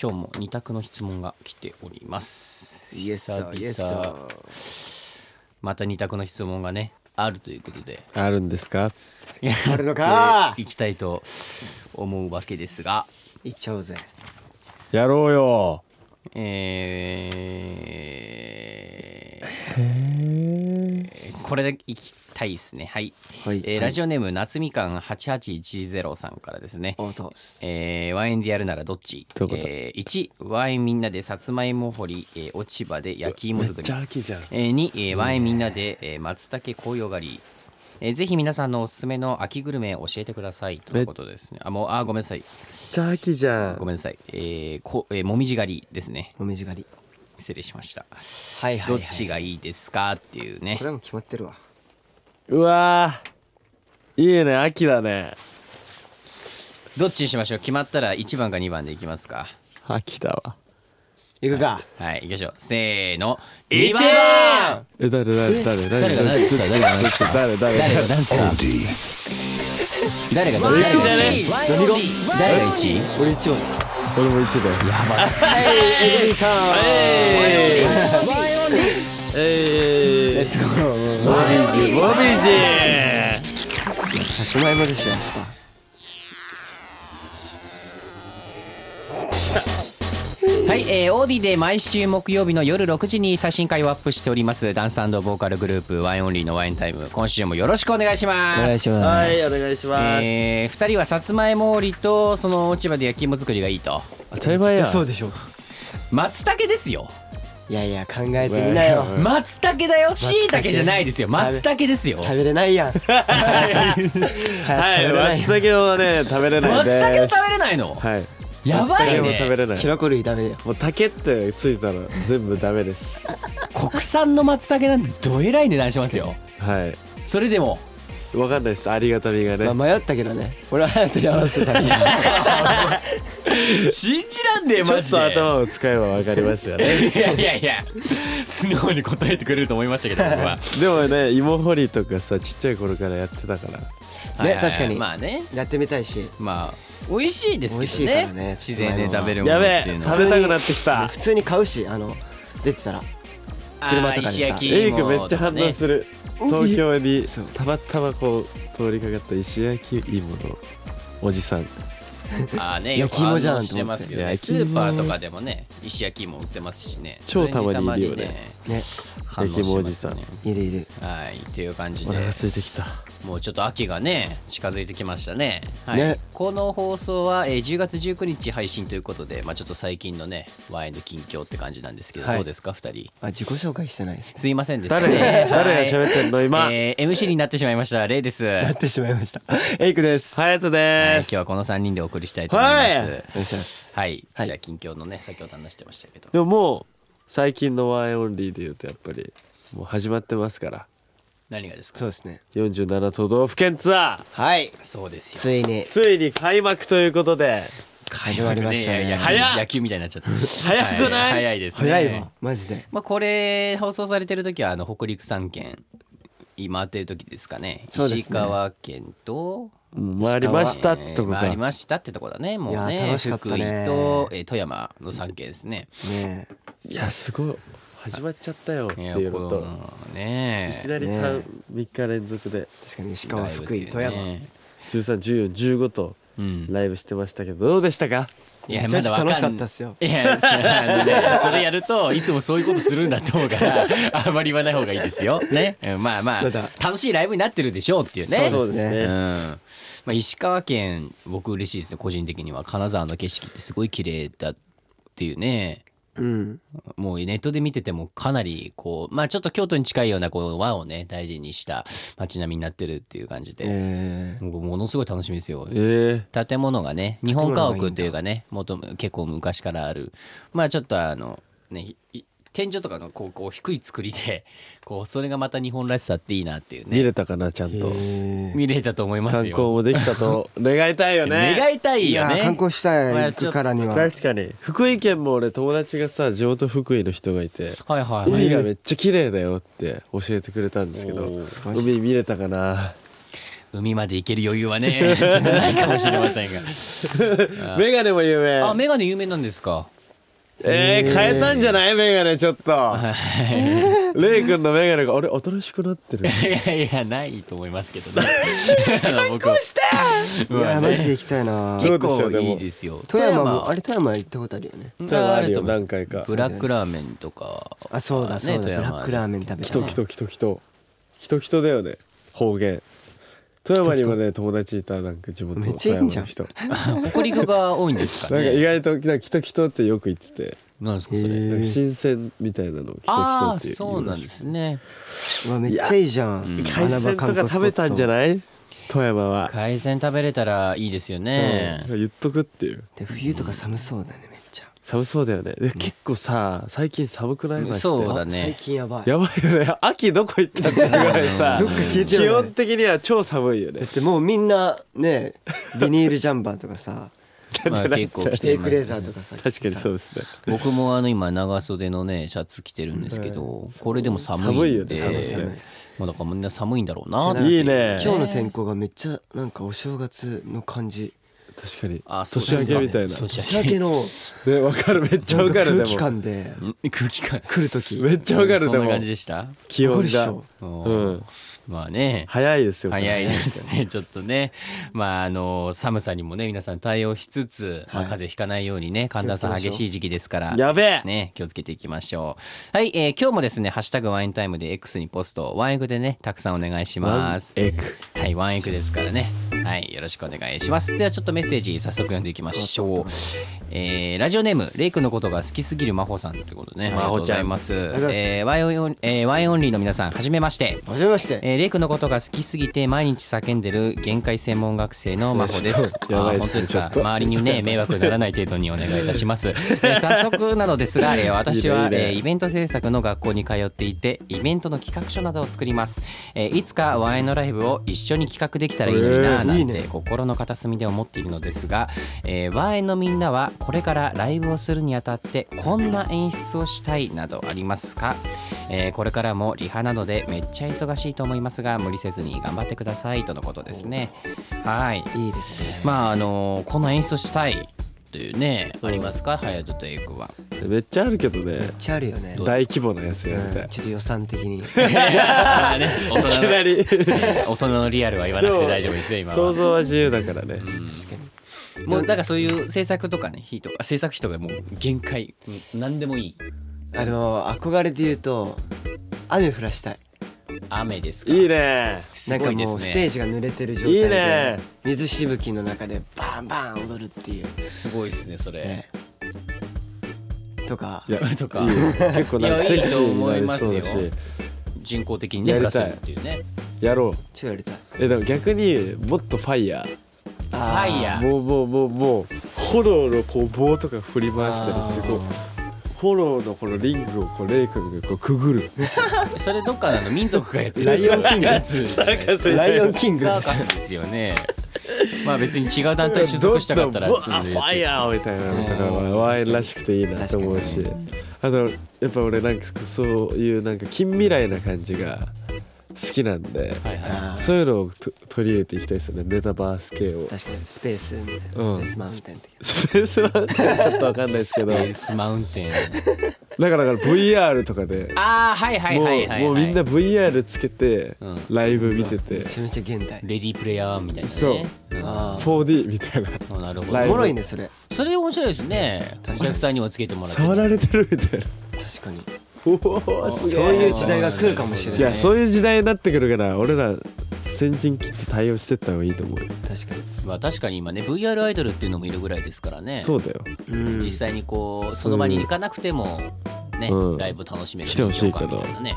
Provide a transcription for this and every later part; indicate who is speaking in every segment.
Speaker 1: 今日も二択の質問が来ております
Speaker 2: イエス
Speaker 1: 久
Speaker 2: サー
Speaker 1: 々
Speaker 2: イエスサ
Speaker 1: また二択の質問がねあるということで
Speaker 3: あるんですか
Speaker 1: や
Speaker 2: ーあるのか
Speaker 1: っていきたいと思うわけですが
Speaker 2: いっちゃおうぜ
Speaker 3: やろうよ
Speaker 1: えー、これでいきたいですねはい、
Speaker 2: はい
Speaker 1: えー
Speaker 2: はい
Speaker 1: ラジオネーム夏みかん8810さんからですね
Speaker 2: おそうです
Speaker 1: えーワインでやるならどっち
Speaker 3: どういうこと
Speaker 1: えー、1ワインみんなでさつまいも掘り、えー落ち葉で焼き芋
Speaker 3: めっ
Speaker 1: 作り
Speaker 3: ちゃ秋じゃん
Speaker 1: えー2、えーワインみんなで、えー、松茸紅葉狩り、えーぜひ皆さんのおすすめの秋グルメ教えてくださいということですねあもうあーごめんなさい
Speaker 3: めっちゃ秋じゃ
Speaker 1: ご
Speaker 3: ん
Speaker 1: めんなさい、えーこえーもみじ狩りですね
Speaker 2: もみじ狩り
Speaker 1: 失礼しました
Speaker 2: はいはい、
Speaker 1: ど
Speaker 2: は
Speaker 1: っ
Speaker 2: い、
Speaker 1: ちがいいですかっていうね
Speaker 2: これはもう決まってるわ
Speaker 3: うわーいいね秋だね
Speaker 1: どっちにしましょう決まったら1番か2番でいきますか
Speaker 3: 秋だわ
Speaker 2: いくか、
Speaker 1: はい行きましょうせーの
Speaker 3: 一
Speaker 1: 1
Speaker 3: 番
Speaker 1: 番
Speaker 3: え誰誰誰誰
Speaker 1: 誰が誰ですか誰が誰ですか
Speaker 3: 誰
Speaker 1: 誰
Speaker 3: 誰
Speaker 1: が
Speaker 3: 誰
Speaker 1: 誰ですか誰が誰が1位誰が1位
Speaker 2: 俺一応
Speaker 3: 俺も一だよ
Speaker 1: やばい
Speaker 2: えいちゃん
Speaker 3: えーモビジモビジ
Speaker 2: さつまいもでしたやっ
Speaker 1: はい、えー、オーディで毎週木曜日の夜6時に最新回をアップしておりますダンスボーカルグループワインオンリーのワインタイム今週もよろしくお願いします
Speaker 2: ぱお願いしま
Speaker 3: はいお願いします、
Speaker 1: えー、2人はさつまいも織りとその落ち葉で焼き芋作りがいいと
Speaker 3: 当たり前や
Speaker 2: すそうでしょう
Speaker 1: 松茸ですよ
Speaker 2: いやいや考えてみなよ
Speaker 3: うん
Speaker 1: 松茸だよしいたけじゃないですよ松
Speaker 2: 松
Speaker 1: 茸ですよ
Speaker 2: 食べれないやん
Speaker 3: はい
Speaker 2: はい
Speaker 3: 松茸はね食べれない
Speaker 1: 松
Speaker 3: です
Speaker 1: 茸を食べれないの
Speaker 3: はい
Speaker 1: やばい
Speaker 3: 松茸も食べ
Speaker 1: ね
Speaker 3: れない
Speaker 2: キノコ類ダメだよ
Speaker 3: もう竹ってついたら全部ダメです
Speaker 1: 国産の松茸なんてどえらい値段しますよ
Speaker 3: はい
Speaker 1: それでも
Speaker 3: わかんないですありがたみがね、
Speaker 2: まあ迷ったけどね俺は隼人に合わせたい
Speaker 1: 信じらんねえ
Speaker 3: ちょ
Speaker 1: マ
Speaker 3: っ
Speaker 1: ジで
Speaker 3: と頭を使えばわかりますよね
Speaker 1: いやいやいや素直に答えてくれると思いましたけど僕は
Speaker 3: でもね芋掘りとかさちっちゃい頃からやってたから
Speaker 1: はいはいはい
Speaker 2: 確かに
Speaker 1: まあね
Speaker 2: やってみたいし
Speaker 1: まあ美味しいです
Speaker 2: 美
Speaker 1: け
Speaker 2: 味し
Speaker 1: ど
Speaker 2: いから
Speaker 1: ね
Speaker 2: ね
Speaker 1: 自然で食べるもの
Speaker 3: や
Speaker 1: っ
Speaker 3: べ
Speaker 1: ていう
Speaker 3: え
Speaker 1: のは
Speaker 3: 食べたくなってきた
Speaker 2: 普通に買うしあの出てたら車とかで
Speaker 1: あ
Speaker 2: さ
Speaker 1: ー石焼き
Speaker 3: エリ
Speaker 1: 芋
Speaker 3: クめっちゃ反応する、東京に
Speaker 2: そう
Speaker 3: たまたまこう通りかかった石焼き芋のおじさん
Speaker 1: あーね
Speaker 2: 焼き芋じゃ
Speaker 1: よ
Speaker 2: ん
Speaker 1: く反応してますよね
Speaker 3: と
Speaker 1: ス
Speaker 3: 思って
Speaker 1: ーパーとかでもね石焼き芋売ってますしね
Speaker 3: 超たまにいるよね
Speaker 2: ね
Speaker 1: それにたまにね
Speaker 3: 焼き芋おじさん
Speaker 1: 反応してます
Speaker 2: いるいる
Speaker 1: ねはいっていう感じ
Speaker 3: お
Speaker 1: で
Speaker 3: 腹空いてきた
Speaker 1: もうちょっと秋がね近づいてきましたね,、はい、
Speaker 2: ね
Speaker 1: この放送は、えー10月19日配信ということで、まあ、ちょっと最近のねワインの近況って感じなんですけど、
Speaker 2: はい
Speaker 1: どうですか2人
Speaker 2: あ自己紹介してない ですね
Speaker 1: すいませんでした、
Speaker 3: 誰が誰が喋ってんの今
Speaker 1: はいえー MC になってしまいましたレイです、はい
Speaker 2: やってしまいましたエイクです
Speaker 3: 隼人で
Speaker 1: 今
Speaker 3: す、
Speaker 1: 日はこの3人でお送りしたいと思います
Speaker 3: は
Speaker 2: お願いします
Speaker 1: はい、
Speaker 2: はい
Speaker 1: じゃあ近況のね先ほど話してましたけど
Speaker 3: でももう最近のワインオンリーでいうとやっぱりもう始まってますから
Speaker 1: 何がですか
Speaker 2: そうですね
Speaker 3: 47都道府県ツアー
Speaker 2: はい
Speaker 1: そうですよ
Speaker 2: ついに
Speaker 3: ついに開幕ということで
Speaker 2: 始まりましたね
Speaker 1: いやいや野球
Speaker 3: 早っ
Speaker 1: 野球みたいになっちゃった
Speaker 3: 早くない
Speaker 1: はい早いですね
Speaker 2: 早いわマジで
Speaker 1: まあ、これ放送されてる時はあの北陸3県今当てる時ですかね
Speaker 2: そうですね
Speaker 1: 石川県と
Speaker 3: うん回りましたってとこ
Speaker 1: えー
Speaker 3: か、
Speaker 1: 回りましたってとこだねもう
Speaker 2: い
Speaker 1: ね
Speaker 2: や楽しかった
Speaker 1: 福
Speaker 2: ね
Speaker 1: 井と、えー富山の3県ですね。
Speaker 2: ね
Speaker 3: いやすごい始まっちゃったよって
Speaker 1: いや
Speaker 3: いうの
Speaker 1: ことう
Speaker 3: い
Speaker 1: ね
Speaker 3: きなり 3, 3日連続で
Speaker 2: 確かに石川福井富山
Speaker 1: ね
Speaker 3: 131415と
Speaker 1: うん、
Speaker 3: ライブしてましたけどどうでしたか
Speaker 1: いや
Speaker 2: めち
Speaker 1: まだわか
Speaker 2: ゃくちゃ
Speaker 1: ん
Speaker 2: 楽しかったっすよ
Speaker 1: いやそうあ のねそれやるといつもそういうことするんだと思うからあまり言わない方がいいですよ。ね、うんまあま
Speaker 2: た
Speaker 1: あ
Speaker 2: だ
Speaker 1: 楽しいライブになってるでしょうっていうね。
Speaker 2: そうですね
Speaker 1: うんまあ、石川県僕嬉しいですね個人的には金沢の景色ってすごい綺麗だっていうね
Speaker 2: うん
Speaker 1: もうネットで見ててもかなりこうまあちょっと京都に近いようなこう和をね大事にした街並みになってるっていう感じで、
Speaker 2: え
Speaker 1: もうものすごい楽しみですよ
Speaker 3: え。ー、
Speaker 1: 建物がね日本家屋というかね元々結構昔からあるまあちょっとあのねい天井とかのこうこう低い作りで こうそれがまた日本らしさっていいなっていう
Speaker 3: 見
Speaker 1: ね
Speaker 3: れたかなちゃんと
Speaker 2: え
Speaker 1: 見れたと思いますよ
Speaker 3: 観光もできたと 願いたいよね
Speaker 1: 願いたい
Speaker 2: い
Speaker 1: よ
Speaker 2: や
Speaker 1: ね
Speaker 2: 観光したい行くからには
Speaker 3: 確かに福井県も俺友達がさ地元福井の人がいて
Speaker 1: はいはいはい
Speaker 3: 海がめっちゃ綺麗だよって教えてくれたんですけど
Speaker 1: お
Speaker 3: 海見れたかな
Speaker 1: 海まで行ける余裕は ねちょっとないかもしれませんが
Speaker 3: メガネも有名
Speaker 1: あメガネ有名なんですか
Speaker 3: えー、変えたんじゃないメガネちょっとレイ君のメガネがあれ新しくなってる
Speaker 1: いやいやないと思いますけどね 観光して
Speaker 2: いやマジで行きたいな
Speaker 3: ど
Speaker 1: 結
Speaker 3: うでしょ
Speaker 1: 構
Speaker 3: うでも
Speaker 1: いいですよ
Speaker 2: 富山もあ
Speaker 1: あれ
Speaker 2: れ富山行ったことあるよね
Speaker 3: 多分あ
Speaker 1: あ
Speaker 3: る
Speaker 1: る
Speaker 3: よ
Speaker 1: と思い
Speaker 3: 何
Speaker 1: ます
Speaker 3: 回か
Speaker 1: ブラックラーメンと か
Speaker 2: あそうだ
Speaker 1: ね
Speaker 2: そうだ、
Speaker 1: 富
Speaker 2: ブ
Speaker 1: 山
Speaker 2: ラックラーメン食べ
Speaker 3: き
Speaker 2: た
Speaker 3: と
Speaker 2: な
Speaker 3: きときときときときとだよね方言富山にもね友達いたなんか地元
Speaker 2: めっちゃいいんじゃん
Speaker 3: 富山の人
Speaker 1: 北陸が多いんですか
Speaker 3: なんか意
Speaker 1: ね
Speaker 3: 外となんかきときとってよく言ってて
Speaker 1: なんですかそ
Speaker 2: へ
Speaker 1: れ
Speaker 2: ー
Speaker 3: なんか新鮮みたいなのをきときと
Speaker 1: あ
Speaker 3: っ
Speaker 1: あ
Speaker 3: てい
Speaker 1: ー
Speaker 3: う
Speaker 1: そうなんですね
Speaker 2: うわめっちゃいいじゃん
Speaker 1: いや
Speaker 3: 海鮮とか食べたんじゃ
Speaker 2: い
Speaker 3: ない富山は、
Speaker 1: 海鮮食べれたらいいですよね
Speaker 3: うん言っとくっていう
Speaker 2: で冬とか寒そうだねめっちゃ
Speaker 3: 寒そうだよねで結構さ最近寒くないまして
Speaker 1: そうだ
Speaker 2: あ最
Speaker 1: ね
Speaker 2: 近やばい
Speaker 3: やばいよね秋どこ行ったってぐらいさ
Speaker 2: どっか聞いてる
Speaker 3: 気
Speaker 2: よね
Speaker 3: 温的には超寒いよ
Speaker 2: だ
Speaker 3: ね
Speaker 2: ってもうみんなねビニールジャンバーとかさ
Speaker 1: まあ結構来
Speaker 2: エ
Speaker 1: て
Speaker 2: イ
Speaker 1: ま
Speaker 2: クレー
Speaker 1: す
Speaker 2: ザーとかさ
Speaker 3: 確かにそうですね
Speaker 1: 僕もあの今長袖のねシャツ着てるんですけどこれでも寒いん
Speaker 3: 寒いよね
Speaker 1: で
Speaker 3: 寒いね
Speaker 1: まあだからみんな寒いんだろうなって
Speaker 3: いいね
Speaker 2: 今日の天候がめっちゃなんかお正月の感じ
Speaker 3: 確かに
Speaker 1: あそうです
Speaker 3: 年
Speaker 1: ね
Speaker 3: 明けみたいな
Speaker 1: そう
Speaker 2: 年明けの
Speaker 3: ねわかるめっちゃわかる
Speaker 2: 空
Speaker 3: で
Speaker 2: 気
Speaker 3: も
Speaker 2: 感で
Speaker 1: ん空気感
Speaker 2: 来る時
Speaker 3: めっちゃわか
Speaker 1: そ
Speaker 3: るで
Speaker 1: んな
Speaker 3: も
Speaker 1: 感じでした
Speaker 3: 気
Speaker 2: わか
Speaker 3: 温
Speaker 2: るっし
Speaker 3: が
Speaker 2: ょ
Speaker 1: う
Speaker 3: うんん
Speaker 1: まあね
Speaker 3: 早いですよ
Speaker 1: 早いで
Speaker 3: ね
Speaker 1: すね ちょっとねまああの寒さにもね皆さん対応しつつ、まあ、風邪ひかないようにね寒暖差激しい時期ですから
Speaker 3: やべえ
Speaker 1: ね、気をつけていきましょうはい、えー今日もですね「ハッシュタグワインタイム」で X にポストワンエクでねたくさんお願いします
Speaker 3: エク
Speaker 1: はい、ワンエクですからね。はい、よろしくお願いします。ではちょっとメッセージ早速読んでいきましょう。えーラジオネーム、レイ君のことが好きすぎるマホさんということでね。
Speaker 3: 真帆ちゃ
Speaker 1: あ
Speaker 3: ん
Speaker 1: りがとうございます。
Speaker 2: りがとうございます
Speaker 1: えーワイオン、えーワイオンリーの皆さん、はじめまして。
Speaker 2: はじめまして
Speaker 1: えー、レイ君のことが好きすぎて毎日叫んでる限界専門学生の真帆で
Speaker 3: ちょっ
Speaker 1: す。
Speaker 3: とやばい
Speaker 1: あー
Speaker 3: っ
Speaker 1: 本
Speaker 3: すね
Speaker 1: 当です
Speaker 3: ちょ
Speaker 1: か
Speaker 3: っと
Speaker 1: 周りに ね迷惑にならない程度にお願いいたします。えー早速なのですが、えー私はい
Speaker 3: いねいいね
Speaker 1: えーイベント制作の学校に通っていてイベントの企画書などを作ります。えーいつかワンエンのライブを一緒に企画できたらいいのにな
Speaker 2: え
Speaker 1: ぁ
Speaker 2: ーいい
Speaker 1: なん
Speaker 2: ね
Speaker 1: て心の片隅で思っているのですが、えーワンエンのみんなはこれからライブをするにあたってこんな演出をしたいなどありますかえーこれからもリハなどでめっちゃ忙しいと思いますが無理せずに頑張ってくださいとのことですねはい
Speaker 2: いいですね
Speaker 1: まああのーこの演出したいというねありますか隼人とエイクは
Speaker 3: めっちゃあるけどね
Speaker 2: めっちゃあるよね
Speaker 1: どう
Speaker 3: 大規模なやつやりた
Speaker 2: うん
Speaker 3: い
Speaker 2: ちょっと予算的に
Speaker 1: ね大
Speaker 3: い
Speaker 1: 人
Speaker 3: きな
Speaker 1: の
Speaker 3: り
Speaker 1: 大人のリアルは言わなくて大丈夫ですよ今
Speaker 3: 想
Speaker 1: は
Speaker 3: 像は自由だからね
Speaker 1: もうだからそういう制作とかね費とか制作費とかもう限界うん何でもいい
Speaker 2: あの憧れで言うと雨降らしたい
Speaker 1: 雨ですか
Speaker 3: いいね
Speaker 1: すごい
Speaker 2: なん
Speaker 1: で
Speaker 2: かも
Speaker 1: す
Speaker 2: うステー
Speaker 1: ね
Speaker 2: ジが濡れてる状態
Speaker 3: い
Speaker 2: で
Speaker 3: いね
Speaker 2: 水しぶきの中でバンバン踊るっていう、
Speaker 1: すごいですねそれ
Speaker 2: ね、とか
Speaker 3: いや
Speaker 1: とか
Speaker 3: いいよ結構な
Speaker 1: い
Speaker 3: んか
Speaker 1: や
Speaker 3: セ
Speaker 1: いい
Speaker 3: ク
Speaker 1: と
Speaker 3: シーに
Speaker 1: 思
Speaker 3: ないり
Speaker 1: ます
Speaker 3: そ
Speaker 1: よ
Speaker 3: うだし
Speaker 1: 人工的にね
Speaker 3: や
Speaker 1: プ
Speaker 3: り
Speaker 1: ラス
Speaker 3: たい
Speaker 1: っていうね
Speaker 3: やろう
Speaker 2: 超やりたい
Speaker 3: えでも逆にもっとファイヤ
Speaker 2: フ
Speaker 1: ファイヤ
Speaker 3: ー
Speaker 1: あ
Speaker 3: もうもうもうもう炎のこう棒とか振り回したりしてこう炎のこのリングをこうレイ君がこうくぐる
Speaker 1: それどっかのあの民族がやってる
Speaker 2: ライオンキング
Speaker 1: やつじゃないですか
Speaker 3: それ
Speaker 2: ライオンキング
Speaker 1: サーカスですよね。 まあ別に違う団体に所属したかったら
Speaker 3: どんどんわあファ
Speaker 1: ー
Speaker 3: イヤーみたいなのとか
Speaker 1: うん
Speaker 3: はワインらしくていいなと思うしあとやっぱ俺なんかそういうなんか近未来な感じが好きなんで
Speaker 1: はいは
Speaker 2: あー
Speaker 3: そういうのをと取り入れていきたいですよねメタバース系を
Speaker 2: 確かにスペースみたいな、
Speaker 3: う
Speaker 2: ス
Speaker 3: ん
Speaker 2: ペースマウンテン的
Speaker 3: スペースマウンテンちょっとわかんないですけ ど
Speaker 1: い。
Speaker 3: だ
Speaker 1: ベ
Speaker 3: か
Speaker 1: ースマウンテン。
Speaker 3: らだから VR とかで
Speaker 1: ああはいはい
Speaker 3: も
Speaker 1: はいは
Speaker 3: う
Speaker 1: い。
Speaker 3: もうみんな。VR つけて
Speaker 1: うん
Speaker 3: ライブ見てて
Speaker 2: なめちゃめちゃ現代
Speaker 1: レディープレイヤーみたいなね。
Speaker 3: そう
Speaker 1: あ
Speaker 3: 4D みたいな
Speaker 1: あなるほ
Speaker 3: ラ
Speaker 2: お
Speaker 3: イブ
Speaker 1: ど。
Speaker 2: もろいねそれ
Speaker 1: それ面白いですね。お客さんにもつけてもらってね。
Speaker 3: 触られてるみたいな
Speaker 2: 確かに
Speaker 3: おお
Speaker 2: そう
Speaker 3: す
Speaker 1: げえ
Speaker 3: ごい
Speaker 2: いう時代が来るかもしれない
Speaker 3: い
Speaker 2: ね
Speaker 3: やそういう時代になってくるから俺ら先陣切って対応してった方がいいと思うよ
Speaker 2: 確か
Speaker 1: まあ確かに今ね VR アイドルっていうのもいるぐらいですからね。
Speaker 3: そうだよ
Speaker 2: にうん
Speaker 1: 実際にこうその場に行かなくてもね、
Speaker 3: うん
Speaker 1: ライブ楽しめる
Speaker 3: 来てほしいけど
Speaker 1: 状況みたいなね。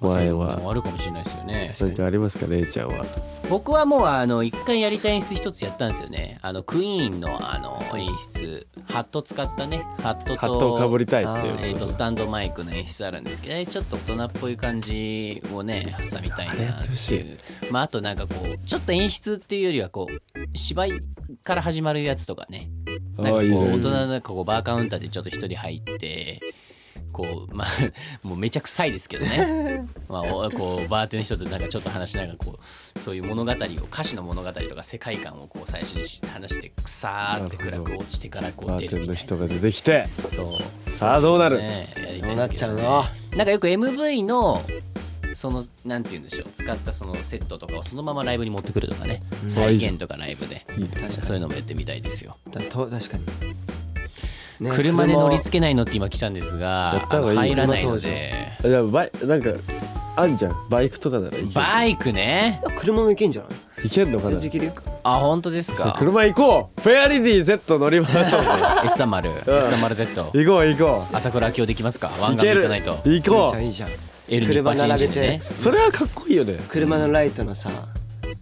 Speaker 1: まあ
Speaker 3: ワ
Speaker 1: そうい
Speaker 3: イ
Speaker 1: う
Speaker 3: ン
Speaker 1: の
Speaker 3: は
Speaker 1: もあるかもしれないですよね。
Speaker 3: 何かありますかレイちゃんは
Speaker 1: 僕はもうあの一回やりたい演出一つやったんですよねあのクイーンのあの演出ハット使ったねハットと
Speaker 3: ハットをかぶりたいっ
Speaker 2: あ
Speaker 1: えー、とス
Speaker 3: て
Speaker 1: タンドマイクの演出あるんですけど、えーちょっと大人っぽい感じをね挟みたいな
Speaker 3: あれやってほ
Speaker 1: って
Speaker 3: し
Speaker 1: いうまああとなんかこうちょっと演出っていうよりはこう芝居から始まるやつとかねなんかこう
Speaker 3: あーいいね
Speaker 1: 大人のこうバーカウンターでちょっと一人入ってこうまあ もうめちゃくさいですけど ねまあおこうバーテンの人となんかちょっと話しながらこうそういう物語を歌詞の物語とか世界観をこう最初にし話してくさーって
Speaker 3: なる
Speaker 1: 暗
Speaker 3: ほど
Speaker 1: く落ちてからこ
Speaker 3: バ
Speaker 1: う出
Speaker 3: ーテ
Speaker 1: る
Speaker 3: ン
Speaker 1: み
Speaker 3: の
Speaker 1: たいな
Speaker 3: 人が出てきて
Speaker 1: そう
Speaker 3: さあどうなる
Speaker 1: ねやりた
Speaker 2: どう
Speaker 1: いで
Speaker 2: なっ
Speaker 1: す
Speaker 2: ち
Speaker 1: け
Speaker 2: ゃ
Speaker 1: ど
Speaker 2: う
Speaker 1: ね
Speaker 2: の
Speaker 1: なんかよく MV のそのなんて言うんでしょう使ったそのセットとかをそのままライブに持ってくるとかね再現とかライブで
Speaker 3: いいね
Speaker 2: 確か
Speaker 1: そういうのもやってみたいですよ
Speaker 2: にだと確かに、ね
Speaker 1: 車で乗り
Speaker 2: け
Speaker 1: つけないのって今来たんですが
Speaker 3: やった方がいい
Speaker 1: 入らないので
Speaker 3: いやバイなんかあんじゃんバイクとかならいけ
Speaker 1: バイクね
Speaker 2: 車もいけんじゃない
Speaker 3: いけんのか
Speaker 2: 全
Speaker 3: な
Speaker 2: 然いけるよ
Speaker 1: あ本当ですか
Speaker 3: 車行こうフェアリティ Z 乗りましょう
Speaker 1: S30 S30Z
Speaker 3: 行こう行こ
Speaker 1: 朝倉今日できますか
Speaker 3: う
Speaker 1: 湾
Speaker 3: 行け
Speaker 1: 岸行
Speaker 3: る
Speaker 1: かないと
Speaker 3: 行
Speaker 2: いい
Speaker 3: こ
Speaker 2: じゃんいいじゃん
Speaker 1: L にバチンチンでね
Speaker 3: うそれはかっこいいよね
Speaker 2: 車のライトのさ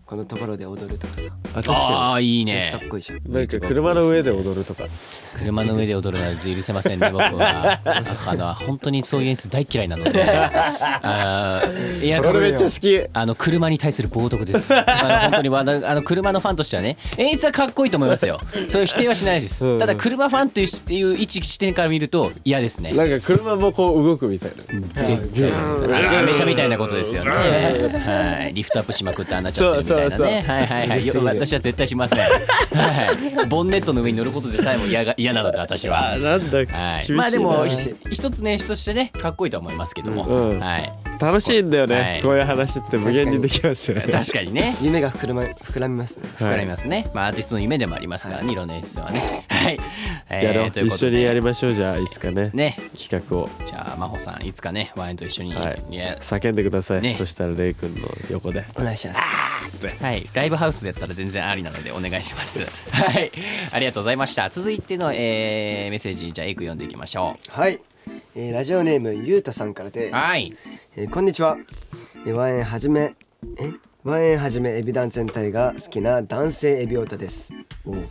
Speaker 2: このところで踊るとかさ
Speaker 3: あ確か
Speaker 1: ああいい
Speaker 2: めっちゃ
Speaker 1: ね
Speaker 2: かっこいいじゃん
Speaker 3: になんか車の上で踊るとか
Speaker 1: 車の上で踊るなんて許せませんね僕 はあの本当にそういう演出大嫌いなのであーいや
Speaker 3: 俺めっちゃ好き
Speaker 1: あの車に対する冒涜です。あの本当にあのあの車のファンとしてはね、演出はかっこいいと思いますよ。そういう否定はしないです
Speaker 3: う。ん
Speaker 1: ただ車ファンというっていう一視点から見ると嫌ですね。
Speaker 3: なんか車もこう動くみたいな
Speaker 1: 絶対あアメ車みたいなことですよね。はい、リフトアップしまくって穴ちゃってるみたいな
Speaker 3: そうそう
Speaker 1: ね。はいはいはい。よ私は絶対しません。はい。ボンネットの上に乗ることでさえも嫌が嫌なので私は
Speaker 3: あ。なんだ
Speaker 1: は
Speaker 3: 厳し
Speaker 1: い。
Speaker 3: い
Speaker 1: まあでも
Speaker 3: な
Speaker 1: ひ一つね演出としてねかっこいいとは思いますけども。
Speaker 3: うんうん
Speaker 1: はい。
Speaker 3: 楽しいんだよね、
Speaker 1: はい
Speaker 3: こういう話って無限にできますよね
Speaker 1: 確かにね。
Speaker 2: 夢が膨らま膨らみますね
Speaker 1: 膨らみますね、まあアーティストの夢でもありますからね、いろんな演出はね はい、えー
Speaker 3: やろう、
Speaker 1: というこ
Speaker 3: 一
Speaker 1: と
Speaker 3: 緒
Speaker 1: で
Speaker 3: にやりましょうじゃあいつかね
Speaker 1: ね
Speaker 3: 企画を
Speaker 1: じゃあ真帆さんいつかねワインと一緒に、
Speaker 3: はい
Speaker 1: いや
Speaker 3: 叫んでください、
Speaker 1: ね
Speaker 3: そしたらレイ君の横で
Speaker 2: お願いします
Speaker 1: はい、ライブハウスだったら全然ありなのでお願いします。 はい、ありがとうございました。続いての、えーメッセージじゃあエイク読んでいきましょ
Speaker 2: はい、えーラジオネームゆうたさんからです。
Speaker 1: はい
Speaker 2: えーこんにちは。えーワンエンはじめ、え、ワンエンはじめエビダン全体が好きな男性エビオタです。おう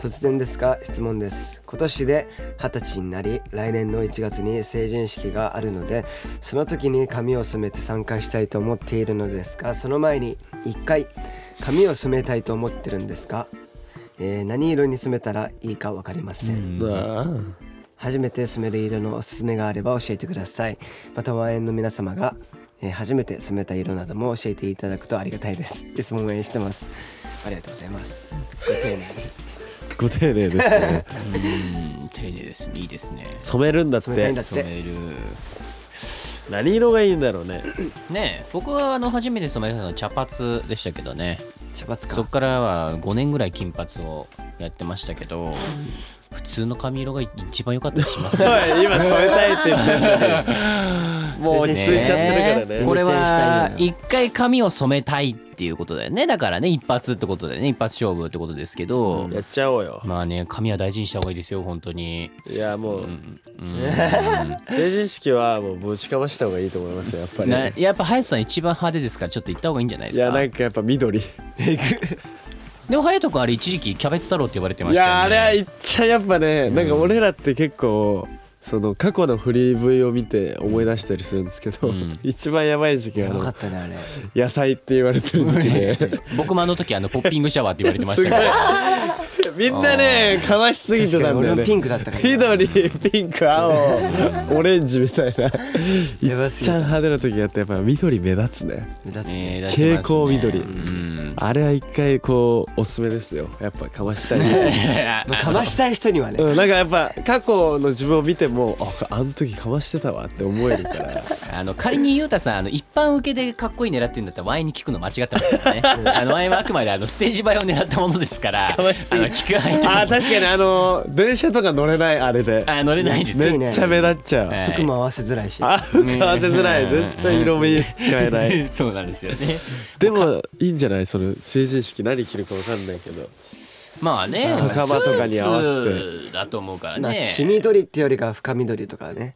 Speaker 2: 突然ですが質問です。今年で二十歳になり、来年の1月に成人式があるので、その時に髪を染めて参加したいと思っているのですが、その前に一回髪を染めたいと思ってるんですが、えー何色に染めたらいいかわかりません
Speaker 3: ああ
Speaker 2: 初めて染める色のおすすめがあれば教えてくださいまたワンエンの皆様が、えー初めて染めた色なども教えていただくとありがたいですいつも応援してますありがとうございますご丁寧に
Speaker 3: ご丁寧ですね
Speaker 1: う。うん、丁寧ですね。いいですね。
Speaker 3: 染めるんだっ
Speaker 2: 染めたい
Speaker 3: て
Speaker 2: んだって
Speaker 1: 染める。
Speaker 3: 何色がいいんだろうね
Speaker 1: ねえ、僕はあの初めて染めたのは茶髪でしたけどね。
Speaker 2: 茶髪か
Speaker 1: そっからは5年ぐらい金髪をやってましたけど普通の髪色が一番良かったりしますね
Speaker 3: おい今染めたいって言ってるのにもう
Speaker 2: ね
Speaker 3: 落ち着いちゃってるからね
Speaker 1: これは
Speaker 2: めっちゃしたい
Speaker 1: 一回髪を染めたいっていうことだよねだからね一発ってことだよね一発勝負ってことですけ ど、
Speaker 3: やっちゃおうよ
Speaker 1: まあね髪は大事にした方がいいですよ本当に
Speaker 3: いやもう、
Speaker 1: うん、う
Speaker 3: 成人式はもうぶちかました方がいいと思いますよやっぱ
Speaker 1: ん、
Speaker 3: り
Speaker 1: なやっぱ隼人さん一番派手ですからちょっと行った方がいいんじゃないで
Speaker 3: い
Speaker 1: す
Speaker 3: や
Speaker 1: か
Speaker 3: なんかやっぱ緑
Speaker 1: でも隼人君あれ一時期キャベツ太郎って呼ばれてま
Speaker 3: い
Speaker 1: したよね
Speaker 3: やあれは言っちゃやっぱね、なんか俺らって結構その過去のフリー V を見て思い出したりするんですけど、
Speaker 1: うん
Speaker 3: 一番やばい時期はあ
Speaker 2: やばか
Speaker 3: の
Speaker 2: ったねあれ
Speaker 3: 野菜って言われてる時期 で
Speaker 1: 僕もあの時あのポッピングシャワーって言われてましたけど
Speaker 3: みんなね悲しすぎて
Speaker 2: 確か
Speaker 3: た
Speaker 2: に
Speaker 3: んだ
Speaker 2: 俺
Speaker 3: よ
Speaker 2: も
Speaker 3: ね
Speaker 2: ピンクだったからな
Speaker 3: 緑ピンク青オレンジみたいな
Speaker 2: やば
Speaker 3: ち
Speaker 2: すぎ
Speaker 3: ゃん
Speaker 2: た
Speaker 3: 派手な時やってやっぱ緑目立つね
Speaker 2: 目立つね
Speaker 1: ね出してますね
Speaker 3: 蛍光緑
Speaker 1: うん
Speaker 3: あれは一回こうおすすめですよやっぱかましたり、
Speaker 2: まあかましたい人にはね
Speaker 3: うん、なんかやっぱ過去の自分を見てもああの時かましてたわって思え るから
Speaker 1: あの仮にゆうたさんあの一般受けでかっこいい狙ってるんだったらワインに聞くの間違ってますからねあのワインはあくまであのステージ映えを狙ったものですからあの聞く相手
Speaker 3: あ
Speaker 1: も
Speaker 3: ー確かにあの電車とか乗れないあれで
Speaker 1: あ乗れないです
Speaker 2: ね
Speaker 1: ね
Speaker 3: めっちゃ目立っちゃう、
Speaker 1: はい
Speaker 2: 服も合わせづらいし
Speaker 3: あ服合わせづらい絶対色味使えない
Speaker 1: そうなんですよね
Speaker 3: でもいいんじゃないその成人式何着るかわかんないけど
Speaker 1: まあね
Speaker 3: 仲間とかに合わせて
Speaker 1: スーツだと思うから
Speaker 2: まあ
Speaker 1: ね
Speaker 2: 黄緑ってよりかは深緑とかね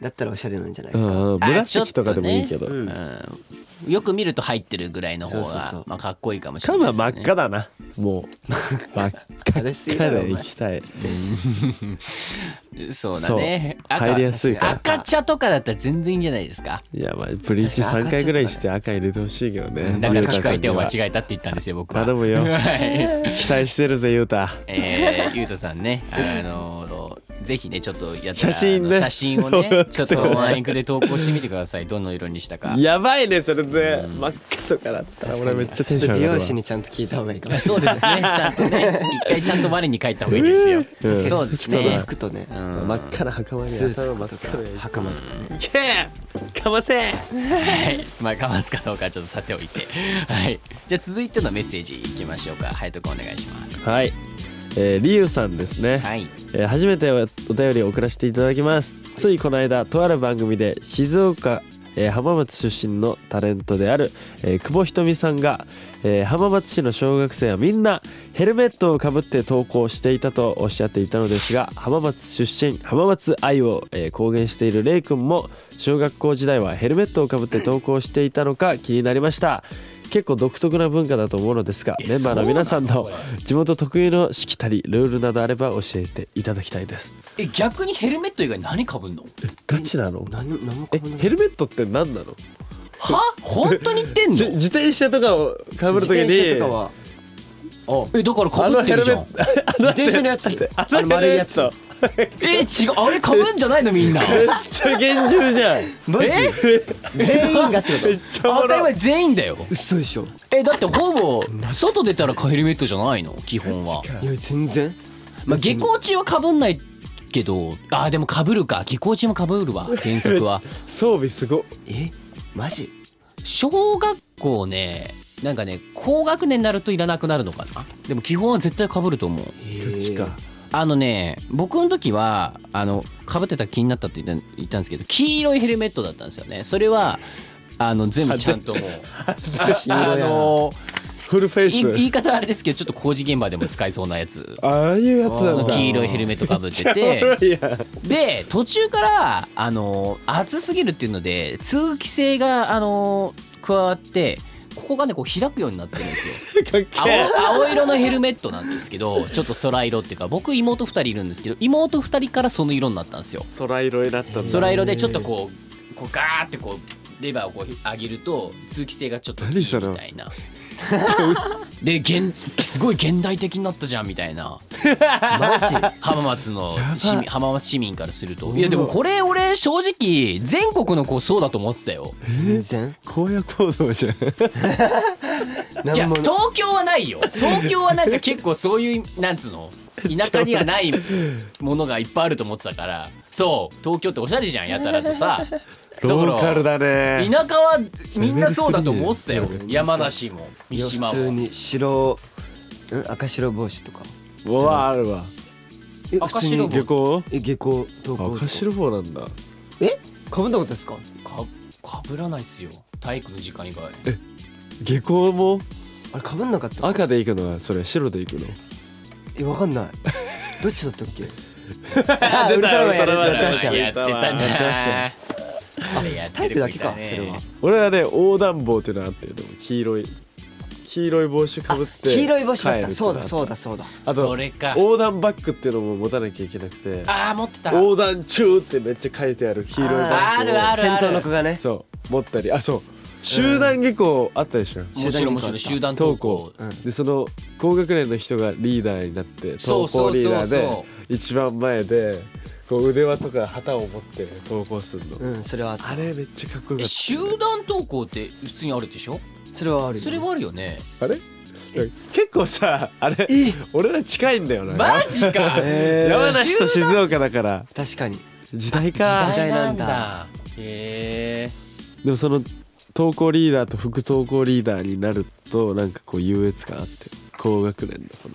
Speaker 2: だったらおしゃれなんじゃないで
Speaker 3: う
Speaker 2: すか、
Speaker 3: んうん
Speaker 1: あ
Speaker 3: 紫とかでもいいけど、
Speaker 1: ちょっとねうんよく見ると入ってるぐらいの方
Speaker 2: そうそうそう
Speaker 1: がまあかっこいいかもしれ
Speaker 3: カ
Speaker 1: な
Speaker 3: ム
Speaker 1: いです
Speaker 3: は真
Speaker 1: ね
Speaker 3: っ赤だなもう真っ
Speaker 2: 食べ過ぎだ
Speaker 3: 赤
Speaker 2: ろお
Speaker 3: で
Speaker 2: 前
Speaker 3: 行きたい
Speaker 1: そうだね
Speaker 3: そう入りやすいから
Speaker 1: 赤茶とかだったら全然いいんじゃないですか
Speaker 3: いやまあブリーチ3回ぐらいして赤入れてほしいけどね
Speaker 1: だから
Speaker 3: ゆうた
Speaker 1: 聞く
Speaker 3: 君
Speaker 1: 相手
Speaker 3: に
Speaker 1: を間
Speaker 3: は
Speaker 1: 違えたって言ったんですよ僕は
Speaker 3: 頼むよ
Speaker 1: はい
Speaker 3: 期待してるぜゆうた
Speaker 1: えー、ゆうとさんね、あのぜひねちょっとやったら
Speaker 3: 写真ね
Speaker 1: あの写真を ねちょっ
Speaker 3: 送ってくださ
Speaker 1: と
Speaker 3: い
Speaker 1: ワンエクで投稿してみてくださいどの色にしたか
Speaker 3: やばいねそれで
Speaker 1: うん
Speaker 3: 真っ赤とかだった
Speaker 2: 確
Speaker 3: ら
Speaker 2: かに
Speaker 3: 俺めっちゃテンション上
Speaker 2: 美
Speaker 3: が
Speaker 2: 容
Speaker 3: る
Speaker 2: 師にちゃんと聞いた方がいいかもし
Speaker 1: そうです ねちゃんとね一回ちゃんと我に返った方がいいですよ、
Speaker 3: うん
Speaker 1: そうです
Speaker 2: れない
Speaker 1: ね、
Speaker 2: 服とね
Speaker 1: う
Speaker 3: わ
Speaker 1: ん、
Speaker 3: 真っ赤な袴に
Speaker 2: スー
Speaker 3: 頭真っ
Speaker 2: ツと
Speaker 3: 赤で
Speaker 2: か袴とかね
Speaker 3: いけかませ
Speaker 1: はい、まあかますかどうかはちょっとさておいて、はい、じゃあ続いてのメッセージいきましょうか隼人君お願いします
Speaker 3: はい、えー、リュウさんですね、
Speaker 1: はい
Speaker 3: えー初めておお便りを送らせていただきますついこの間とある番組で静岡、えー浜松出身のタレントである、えー久保ひとみさんが、えー浜松市の小学生はみんなヘルメットをかぶって登校していたとおっしゃっていたのですが浜松出身浜松愛を、えー公言しているレイ君も小学校時代はヘルメットをかぶって登校していたのか気になりました結構独特な文化だと思うのですが
Speaker 1: え
Speaker 3: メンバーの皆さ
Speaker 1: そ
Speaker 3: ん
Speaker 1: うなの
Speaker 3: の
Speaker 1: これ
Speaker 3: 地元特有のしきたりルールなどあれば教えていただきたいです
Speaker 1: え逆にヘルメット以外何かぶんの
Speaker 3: ガチなの
Speaker 2: 何何も
Speaker 3: え
Speaker 2: 変わらない
Speaker 3: ヘルメットって何なの
Speaker 1: は本当に言ってん
Speaker 3: じ
Speaker 1: の
Speaker 3: 自転車とかをかぶるときに
Speaker 2: 自転車とかは
Speaker 1: えだからかぶってるじゃん
Speaker 3: あの
Speaker 2: 自転車のやつ
Speaker 3: あ
Speaker 2: あの丸いやつ
Speaker 3: めっ
Speaker 1: え違うあれかぶんじゃないのみ んな
Speaker 3: ちゃ厳重じゃん
Speaker 2: マジ全員がってこ
Speaker 3: めっ
Speaker 2: と
Speaker 3: ちゃお
Speaker 1: 当たり
Speaker 3: もろい
Speaker 1: 前全員だよ
Speaker 2: 嘘でしょ
Speaker 1: えだってほぼ外出たらヘルメットじゃないの基本は、
Speaker 2: いや全然
Speaker 1: まあ、下校中はかぶんないけどあーでもかぶるか下校中もかぶ るわ原則は
Speaker 3: 装備すごっ
Speaker 2: えマジ
Speaker 1: 小学校ねなんかね高学年になるといらなくなるのかなでも基本は絶対かぶると思う
Speaker 3: ガチか
Speaker 1: あのね僕の時はあのかぶってたら気になったって言った言ったんですけど黄色いヘルメットだったんですよねそれはあの全部ちゃんともう あの
Speaker 3: フルフェ
Speaker 1: い言
Speaker 3: イス
Speaker 1: い方はあれですけどちょっと工事現場でも使えそうなやつ
Speaker 3: ああいうやつなんだ
Speaker 1: 黄色いヘルメットかぶって
Speaker 3: めっちゃおも
Speaker 1: て
Speaker 3: ろいやん
Speaker 1: で途中からあの暑すぎるっていうので通気性があの加わってここがねこう開くようになってるんですよ
Speaker 3: かっけえ
Speaker 1: 青青色のヘルメットなんですけどちょっと空色っていうか僕妹2人いるんですけど妹2人からその色になったんですよ
Speaker 3: 空色になったんだ
Speaker 1: 空色でちょっとこうこうガーってこうレバーをこう上げると通気性がちょっといい
Speaker 3: 何
Speaker 1: み
Speaker 3: それ
Speaker 1: たいなで現すごい現代的になったじゃんみたいな
Speaker 2: マジ
Speaker 1: 浜松の市民浜松市民からするといやでもこれ俺正直全国の子そうだと思ってたよ
Speaker 2: 全然
Speaker 3: 荒野行動じゃん
Speaker 1: いや
Speaker 2: 何もな
Speaker 1: 東京はないよ東京はなんか結構そういうなんつうの田舎にはないものがいっぱいあると思ってたからそう東京っておしゃれじゃんやたらとさ
Speaker 3: ローカルだね
Speaker 1: 田舎はみんなそうだと思ってたよ山梨も三
Speaker 2: いや
Speaker 1: 島
Speaker 2: 普通
Speaker 1: も
Speaker 2: に白ん赤白帽子とか
Speaker 3: うわあるわ
Speaker 2: え
Speaker 1: 赤白
Speaker 2: 普通に
Speaker 1: 帽
Speaker 3: 下校
Speaker 2: え下校登校
Speaker 3: 赤白帽なんだ
Speaker 2: えかぶったことですか
Speaker 1: かかぶらないっすよ体育の時間以外
Speaker 3: 下校も
Speaker 2: あれかぶんなかった
Speaker 3: 赤で行くのはそれ白で行くの
Speaker 2: えわかんないどっちだったっ け
Speaker 3: あ
Speaker 2: ウルトラマンやるやつ
Speaker 1: や
Speaker 2: や
Speaker 1: っ
Speaker 2: って
Speaker 1: た
Speaker 2: てま
Speaker 1: ね
Speaker 2: し
Speaker 1: やってた
Speaker 2: たやってました
Speaker 1: ねあれやって
Speaker 2: 体
Speaker 1: る
Speaker 2: 育
Speaker 1: 子
Speaker 2: だ
Speaker 1: い
Speaker 2: けか
Speaker 1: たね
Speaker 2: それは
Speaker 3: 俺はね横断帽っていうのあってでも黄色い黄色い帽子かぶって
Speaker 2: 黄色い帽子だっ
Speaker 3: 帰る
Speaker 2: た
Speaker 3: て
Speaker 2: そうだ
Speaker 3: う
Speaker 2: そうだそうだ
Speaker 3: あと
Speaker 1: それか
Speaker 3: 横断バッグっていうのも持たなきゃいけなくて
Speaker 1: ああ持ってた
Speaker 3: 横断中ってめっちゃ書いてある黄色いバッグを
Speaker 1: あるある
Speaker 2: 先頭の子がね
Speaker 3: そう持ったりあそう集団下校あったでしょ、
Speaker 1: もちろんもちろん集団登
Speaker 3: 登
Speaker 1: 校
Speaker 3: 校、
Speaker 2: うん
Speaker 3: でその高学年の人がリーダーになって
Speaker 1: そう
Speaker 3: 登
Speaker 1: そ
Speaker 3: 校
Speaker 1: うそうそう
Speaker 3: リーダーで一番前でこう腕輪とか旗を持って登校するの、
Speaker 2: うんそれはあった
Speaker 3: あれめっちゃかっこよ
Speaker 1: え
Speaker 3: かっ
Speaker 1: 集団登校って普通にあるでしょ
Speaker 2: それはあるよ
Speaker 1: それはあるよね
Speaker 3: たあれ結構さあれ
Speaker 2: え
Speaker 3: 俺ら近いんだよな、
Speaker 1: マジか
Speaker 2: えー
Speaker 3: 山梨と静岡だから
Speaker 2: 確かに
Speaker 3: 時代
Speaker 1: 時
Speaker 3: か
Speaker 1: 代なんだへえ
Speaker 3: でもその投稿リーダーと副投稿リーダーになるとなんかこう優越感あって高学年のこ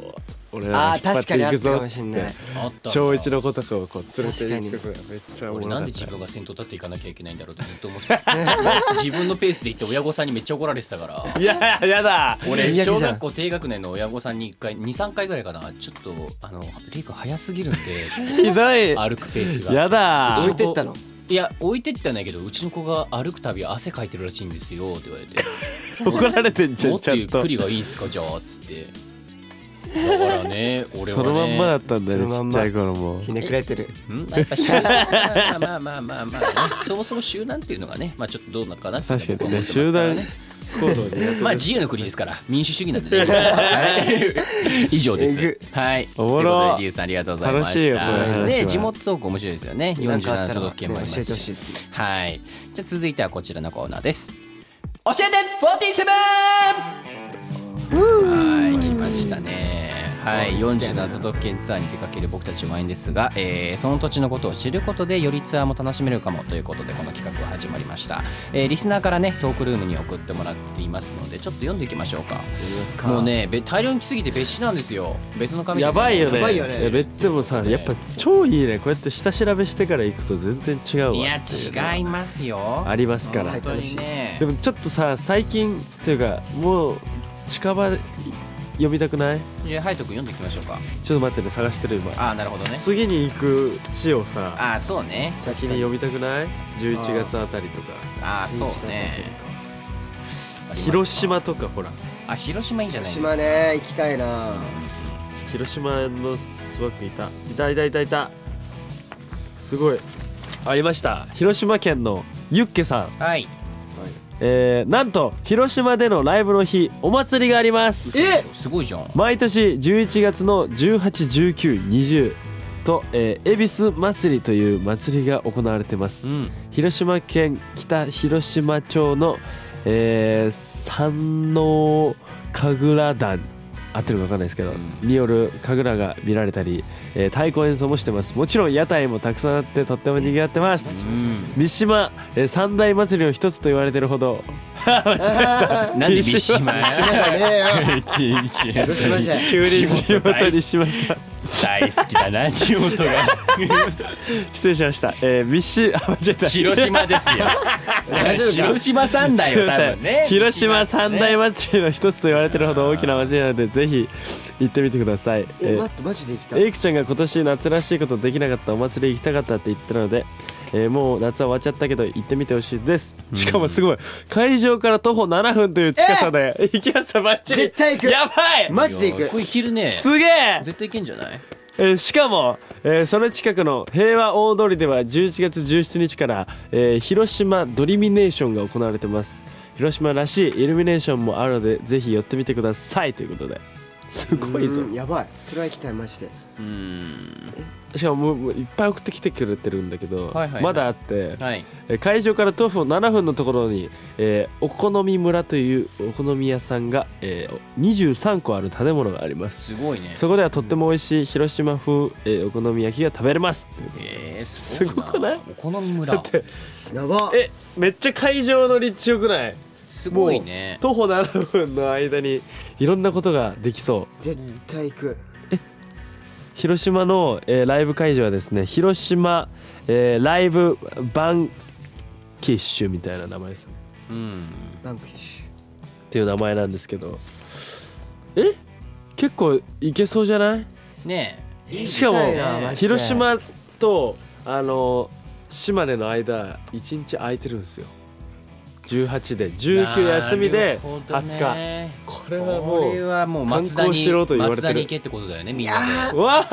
Speaker 3: のお俺
Speaker 2: あ
Speaker 3: らが
Speaker 2: あ
Speaker 3: 引っ張っ
Speaker 2: 確か
Speaker 3: て
Speaker 2: に
Speaker 3: い
Speaker 2: あっ
Speaker 3: く
Speaker 2: た
Speaker 3: ぞ
Speaker 2: か
Speaker 3: っ
Speaker 2: も
Speaker 3: つ
Speaker 2: し
Speaker 3: っ
Speaker 2: ん
Speaker 3: て
Speaker 2: ない
Speaker 1: あった
Speaker 3: 小一の子とかをこう連れていくのがめっちゃおも
Speaker 1: 俺
Speaker 3: ろ
Speaker 1: な
Speaker 3: か
Speaker 1: ん
Speaker 3: っ
Speaker 1: で自
Speaker 3: た
Speaker 1: 分が先頭立っていかなきゃいけないんだろうってずっと思ってた自分のペースで行って親御さんにめっちゃ怒られてたから
Speaker 3: いややだ
Speaker 1: 俺
Speaker 2: 最悪じゃん
Speaker 1: 小学校低学年の親御さんに1回23回ぐらいかなちょっとあのレイ君早すぎるんで
Speaker 3: ひどい
Speaker 1: 歩くペースが
Speaker 3: やだ
Speaker 2: 置いてったの
Speaker 1: いや置いてってはないけどうちの子が歩くたび汗かいてるらしいんですよって言われて
Speaker 3: 怒られてんじゃ
Speaker 1: も
Speaker 3: ん
Speaker 1: っ
Speaker 3: ち
Speaker 1: と
Speaker 3: ゃ
Speaker 1: ゆ
Speaker 3: ん
Speaker 1: っ
Speaker 3: と
Speaker 1: くりがいいんすかじゃあつってだからね俺は
Speaker 3: そ
Speaker 1: ね
Speaker 3: のまんまだったんだよね
Speaker 2: そのま
Speaker 3: ち
Speaker 2: んま
Speaker 3: っちゃい頃 も
Speaker 2: ひねくれてる
Speaker 1: うんまあやっぱ集団まあまあまあまあまあ、まあね、そもそも集団っていうのがねまあちょっとどうなのかなって
Speaker 3: 確かに
Speaker 1: 僕は思
Speaker 3: ね
Speaker 1: ってますから
Speaker 3: 集団行動でやって
Speaker 1: まあ
Speaker 3: ます
Speaker 1: 自由の国ですから民主主義なんでね。はい以上で
Speaker 2: えぐ
Speaker 1: す。はい。
Speaker 3: お
Speaker 1: と
Speaker 3: もろ
Speaker 1: いうことでリュウさんありがとうございま
Speaker 3: 楽しい
Speaker 1: し
Speaker 3: よこの話
Speaker 1: た。
Speaker 3: は
Speaker 1: で地元トーク面白いですよね。
Speaker 2: なんかあ
Speaker 1: 47
Speaker 2: った
Speaker 1: 都
Speaker 2: ら
Speaker 1: 道府県もありま
Speaker 2: ね
Speaker 1: す
Speaker 2: 教えてほしい
Speaker 1: し
Speaker 2: で。すね
Speaker 1: はい。じゃあ続いてはこちらのコーナーです。教えて47。はい来ましたね。はい、47都道府県ツアーに出かける僕たちワインですが、えーその土地のことを知ることでよりツアーも楽しめるかもということでこの企画が始まりました、えーリスナーからねトークルームに送ってもらっていますのでちょっと読んでいきましょうかもうねべ大量に来すぎて別紙なんですよ別の紙で
Speaker 3: やばいよね
Speaker 2: やばいよね
Speaker 3: やべでもさやっぱ超いいねこうやって下調べしてから行くと全然違うわ
Speaker 1: いや
Speaker 3: ってうのは
Speaker 1: 違いますよ
Speaker 3: ありますから
Speaker 1: 本当にね
Speaker 3: でもちょっとさ最近っていうかもう近場読みたくない
Speaker 1: いやハイト君読んでいきましょうか
Speaker 3: ちょっと待ってね探してる今
Speaker 1: ああなるほどね
Speaker 3: 次に行く地をさ
Speaker 1: ああそうね
Speaker 3: 先に読みたくない11月あたりとか
Speaker 1: ああそうね
Speaker 3: 広島とかほら
Speaker 1: あ広島いいんじゃないですか
Speaker 2: 島ね行きたいな
Speaker 3: 広島のスワックいたいたいたいたいたすごいあいました広島県のユッケさん、
Speaker 1: はい
Speaker 3: えー、なんと広島でのライブの日お祭りがあります
Speaker 2: え
Speaker 1: すごいじゃん
Speaker 3: 毎年11月の181920と、えー、恵比寿祭りという祭りが行われてます、
Speaker 1: ん
Speaker 3: 広島県北広島町の、えー、山王神楽団合ってるか分かんないですけど、による神楽が見られたり、えー、太鼓演奏もしてますもちろん屋台もたくさんあってとっても賑わってます
Speaker 1: うん
Speaker 3: 三島、えー、三大祭りの一つと言われてるほど
Speaker 1: なんでビシマ
Speaker 2: ね広島じゃん
Speaker 3: 急に地元にしまった
Speaker 1: 大好きだな地元が
Speaker 3: 失礼しました。えー、ミッシュ、あ、間違えた。
Speaker 1: 広島ですよ広島三大よ多分ね
Speaker 3: 広島三大
Speaker 1: は
Speaker 3: 祭りの一つと言われてるほど大きな祭りなので、ぜひ行ってみてください。
Speaker 2: え
Speaker 3: えー
Speaker 2: 待ってマジで行きた
Speaker 3: エ
Speaker 2: い
Speaker 3: イクちゃんが今年夏らしいことできなかったお祭り行きたかったって言ってたので、えーもう夏は終わっちゃったけど行ってみてほしいですしかもすごい会場から徒歩7分という近さで、行きましたバッチリ
Speaker 2: 絶対行く
Speaker 3: やばい、
Speaker 2: マジで行
Speaker 1: こ
Speaker 2: く
Speaker 1: れ昼ね
Speaker 3: すげえ
Speaker 1: 絶対いけんじゃない
Speaker 3: えーしかも、えーその近くの平和大通りでは11月17日から、えー広島ドリミネーションが行われてます広島らしいイルミネーションもあるのでぜひ寄ってみてくださいということですごいぞ
Speaker 2: うんやばいそれは行きたいマジで
Speaker 1: うん
Speaker 3: しかももうもういっぱい送ってきてくれてるんだけど、
Speaker 1: はいはいはい
Speaker 3: まだあって、
Speaker 1: はい
Speaker 3: えー会場から徒歩7分のところに、えーお好み村というお好み屋さんが、えー23個ある建物がありま
Speaker 1: す
Speaker 3: す
Speaker 1: ごいね
Speaker 3: そこではとっても美味しい広島風、えーお好み焼きが食べれます
Speaker 1: えー
Speaker 3: すごくない
Speaker 1: お好み村
Speaker 2: やば
Speaker 3: えめっちゃ会場の立地よくない
Speaker 1: すごいね
Speaker 3: 徒歩7分の間にいろんなことができそう
Speaker 2: 絶対行く
Speaker 3: 広島の、えーライブ会場はですね広島、えーライブバンキッシュみたいな名前ですね
Speaker 1: うん
Speaker 2: バンクフィッシ
Speaker 3: っていう名前なんですけどえ結構いけそうじゃない
Speaker 1: ね
Speaker 2: ュ
Speaker 3: しかも
Speaker 2: 行きたいなマジで
Speaker 3: 広島とあの島根の間1日空いてるんですよ18で
Speaker 1: え
Speaker 3: 19休み
Speaker 1: なる
Speaker 3: で
Speaker 1: ほど
Speaker 3: 20日、
Speaker 1: ね
Speaker 3: これは
Speaker 1: こ
Speaker 3: も
Speaker 1: れ
Speaker 3: う
Speaker 1: はもう松田
Speaker 3: 観光
Speaker 1: に
Speaker 3: しろと言われて
Speaker 1: 松
Speaker 3: る
Speaker 1: 田に行けってことだよねみんなで
Speaker 3: わ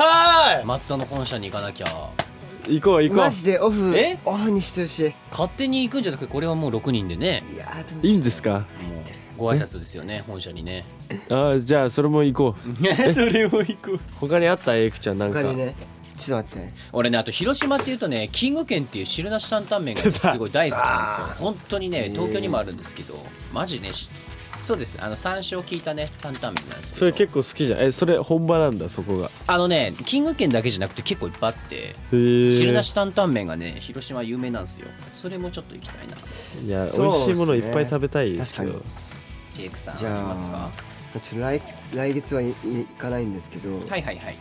Speaker 3: ー
Speaker 1: 松田の本社に行かなきゃ
Speaker 3: い行こう行こ
Speaker 2: マジ
Speaker 3: う
Speaker 2: でオフ
Speaker 1: え
Speaker 2: オフにしてほしい
Speaker 1: 勝手に行くんじゃなくてこれはもう6人でね
Speaker 2: いやーでも
Speaker 3: いいんです
Speaker 1: も
Speaker 3: か
Speaker 1: うご挨拶ですよね本社にね
Speaker 3: あーじゃあそれも行こう
Speaker 1: それも行く
Speaker 3: 他にあったエイクちゃんなんか
Speaker 2: 他にねちょっと待ってね
Speaker 1: 俺ねあと広島っていうとねキングケンっていう汁なし担々麺がねすごい大好きなんですよ本当にね東京にもあるんですけどマジねしそうですあの山椒効いたね担々麺なんですけど
Speaker 3: それ結構好きじゃんえそれ本場なんだそこが
Speaker 1: あのねキングケンだけじゃなくて結構いっぱいあって
Speaker 3: へえ
Speaker 1: 汁なし担々麺がね広島有名なんですよそれもちょっと行きたいない
Speaker 2: そうです
Speaker 3: や美味
Speaker 2: ね
Speaker 3: しいものいっぱい食べたいですよ
Speaker 2: 確か
Speaker 1: ジェイクさんあり
Speaker 2: じゃあ
Speaker 1: ますか
Speaker 2: ちょっと来来月はいい行かないんですけど、
Speaker 1: はいはいはい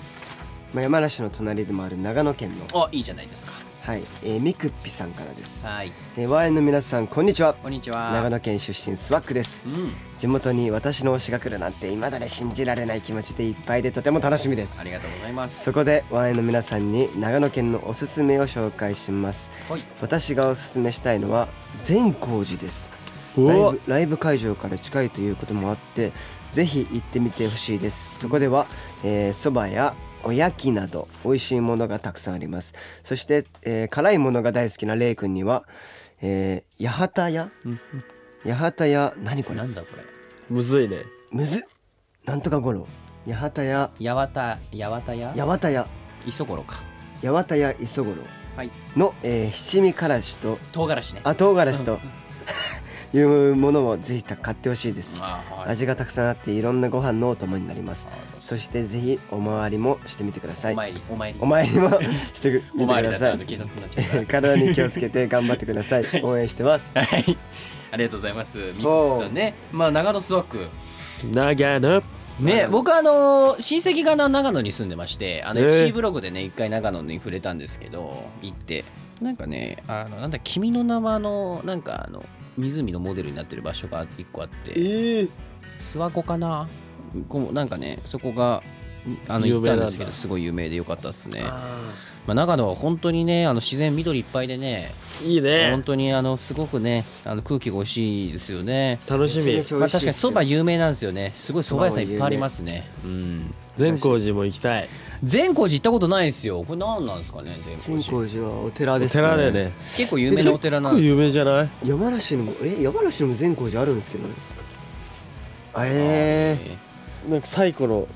Speaker 2: まあ、山梨の隣でもある長野県の、
Speaker 1: あいいじゃないですか
Speaker 2: はいえー、みくっぴさんからです、
Speaker 1: はい
Speaker 2: えー、ワインの皆さんこんにちは
Speaker 1: こんにちは
Speaker 2: 長野県出身スワックです
Speaker 1: うん
Speaker 2: 地元に私の推しが来るなんて未だに信じられない気持ちでいっぱいでとても楽しみです
Speaker 1: ありがとうございます
Speaker 2: そこでワインの皆さんに長野県のおすすめを紹介します
Speaker 1: はい
Speaker 2: 私がおすすめしたいのは善光寺です
Speaker 3: う
Speaker 2: ライ
Speaker 3: わ
Speaker 2: ブライブ会場から近いということもあってぜひ行ってみてほしいですそこではえーそば、やおやきなど美味しいものがたくさんありますそして、えー辛いものが大好きなレイ君には、えー八幡屋八幡屋何これ
Speaker 1: なんだこれ
Speaker 3: むずいね
Speaker 2: むずっなんとか五郎八幡屋
Speaker 1: 八幡八幡屋
Speaker 2: 八幡屋
Speaker 1: 磯五郎か
Speaker 2: 八幡屋磯五郎
Speaker 1: はい
Speaker 2: の、えー七味からしと
Speaker 1: 唐辛子ね
Speaker 2: あ唐辛子というものをぜひ買ってほしいです
Speaker 1: あはい
Speaker 2: 味がたくさんあっていろんなご飯のお供になりますそしてぜひお回りもしてみてくださ
Speaker 1: お
Speaker 2: い
Speaker 1: 参りお参り
Speaker 2: お参りも してみて
Speaker 1: お
Speaker 2: く
Speaker 1: 参りだ
Speaker 2: だ
Speaker 1: った
Speaker 2: さ
Speaker 1: ら
Speaker 2: い
Speaker 1: 警察になっちゃうから
Speaker 2: 体に気をつけて頑張ってください応援してます
Speaker 1: はいありがとうございますみこさんねまあ長野スワック
Speaker 3: 長野
Speaker 1: ね、僕あのー親戚がな長野に住んでましてあの
Speaker 3: えー
Speaker 1: FC ブログでね一回長野に触れたんですけど行ってなんかねあのなんだ君の名はのなんかあの湖のモデルになってる場所が一個あって
Speaker 2: ええ
Speaker 1: 諏訪湖かなこうなんかねそこがあの
Speaker 3: 有
Speaker 1: 行っ
Speaker 3: 名
Speaker 1: たん
Speaker 3: なんだ
Speaker 1: ですけどすごい有名でよかったですね、ま
Speaker 2: あ
Speaker 1: あ、長野は本当にねあの自然緑いっぱいでね
Speaker 3: いいね
Speaker 1: 本当にあのすごくねあの空気が美味しいですよね
Speaker 3: 楽しみ
Speaker 2: めちゃ
Speaker 1: ま
Speaker 2: め
Speaker 1: あ、
Speaker 2: ちゃ
Speaker 1: 確か
Speaker 2: 美
Speaker 1: に
Speaker 2: 味しい
Speaker 1: そば有名なんですよねすごいそば屋さんいっぱいありますねうん
Speaker 3: 善光寺も行きたい
Speaker 1: 善光寺行ったことないですよこれ何なんですかね善光寺
Speaker 2: 天光寺はお寺
Speaker 3: お
Speaker 2: です
Speaker 3: 寺だよね
Speaker 1: 結構有名なお寺なんです
Speaker 3: 有
Speaker 1: よ
Speaker 3: 名じゃない
Speaker 2: 山梨にもえ山梨にも善光寺あるんですけどねあええ
Speaker 3: なんか最古の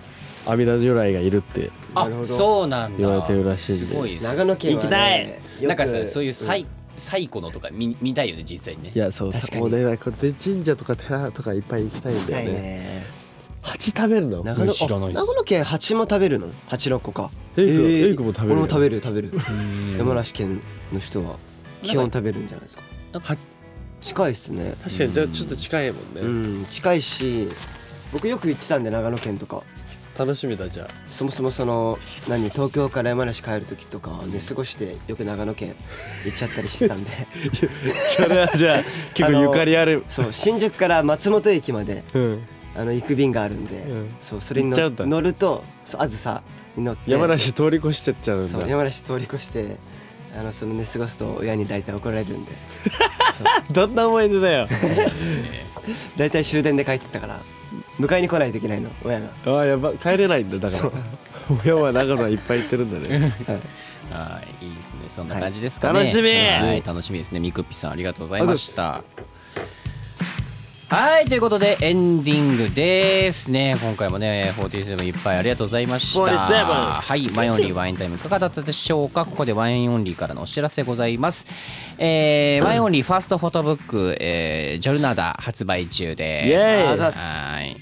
Speaker 3: 阿弥陀如来がいるって
Speaker 1: あ
Speaker 2: なるほど
Speaker 1: そうなんだ
Speaker 3: 言われてるらしいんです
Speaker 1: ごいですね
Speaker 2: 長野県は、ね、
Speaker 3: 行きたい
Speaker 2: よく
Speaker 1: なんかさそういう最,、
Speaker 2: ん
Speaker 1: 最古のとか見見たいよね実際にね
Speaker 3: いやそう
Speaker 2: 確かに
Speaker 3: もうねなんかで神社とか寺とかいっぱい行きたいん
Speaker 2: 行き
Speaker 3: だ
Speaker 2: たい
Speaker 3: よね
Speaker 2: ね
Speaker 3: 蜂食べるの
Speaker 2: 長野
Speaker 1: 知らない
Speaker 2: あ
Speaker 1: です
Speaker 2: 長野県蜂も食べるの蜂の子か
Speaker 3: エイク
Speaker 2: ええ
Speaker 3: エイクも食べるよ
Speaker 2: 俺も食べる食べる
Speaker 1: うん
Speaker 2: 山梨県の人は基本食べるんじゃないですか
Speaker 1: なんか
Speaker 2: 近いっすね
Speaker 3: 確かにじゃあちょっと近いもんね、
Speaker 2: うん近いし僕よく行ってたんで長野県とか
Speaker 3: 楽しみだじゃあ
Speaker 2: そもそもその何東京から山梨帰る時とかは寝過ごしてよく長野県行っちゃったりしてたんで
Speaker 3: それはじゃあ結構ゆかりある
Speaker 2: そう新宿から松本駅まで
Speaker 3: うん
Speaker 2: あの行く便があるんで、
Speaker 3: うん
Speaker 2: そうそれに
Speaker 3: 行っちゃ
Speaker 2: の
Speaker 3: うんだ
Speaker 2: 乗るとそうあずさに乗って
Speaker 3: 山梨通り越しちゃっちゃうん
Speaker 2: そう
Speaker 3: だ
Speaker 2: 山梨通り越してあのその寝過ごすと親に大体怒られるんで
Speaker 3: どんな思い出だよ
Speaker 2: 大体終電で帰ってたから迎えに来ないといけないの親が、は
Speaker 3: ああやば帰れないんだだから親は長野いっぱい行ってるんだね
Speaker 2: い
Speaker 1: はいいいですねそんな感じですかね、
Speaker 3: はい楽しみ
Speaker 1: はい楽しみですねみくっぴさんありがとうございましたはいということでエンディングですね今回もね47いっぱいありがとうございました
Speaker 3: 47
Speaker 1: はいワインオンリーワインタイムいかがだったでしょうかここでワインオンリーからのお知らせございます、 えーワインオンリーファーストフォトブック、えージョルナーダ発売中です
Speaker 3: イエーイ
Speaker 2: あざっす
Speaker 1: はい。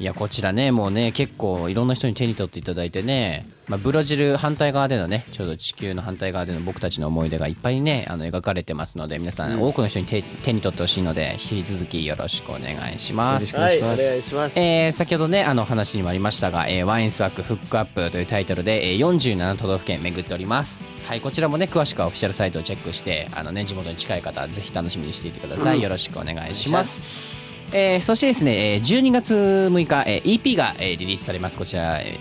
Speaker 1: いやこちらねもうね結構いろんな人に手に取っていただいてね、まあ、ブラジル反対側でのねちょうど地球の反対側での僕たちの思い出がいっぱいねあの描かれてますので皆さん多くの人に手手に取ってほしいので引き続きよろしくお願いします。
Speaker 3: はいお願いします
Speaker 1: えー先ほどねあの話にもありましたが、えーワインスワックフックアップというタイトルで、えー47都道府県巡っておりますはいこちらもね詳しくはオフィシャルサイトをチェックしてあのね地元に近い方はぜひ楽しみにしていてください、よろしくお願いしますえーそしてですね、えー12月6日、えー EP が、えーリリースされます。こちら、え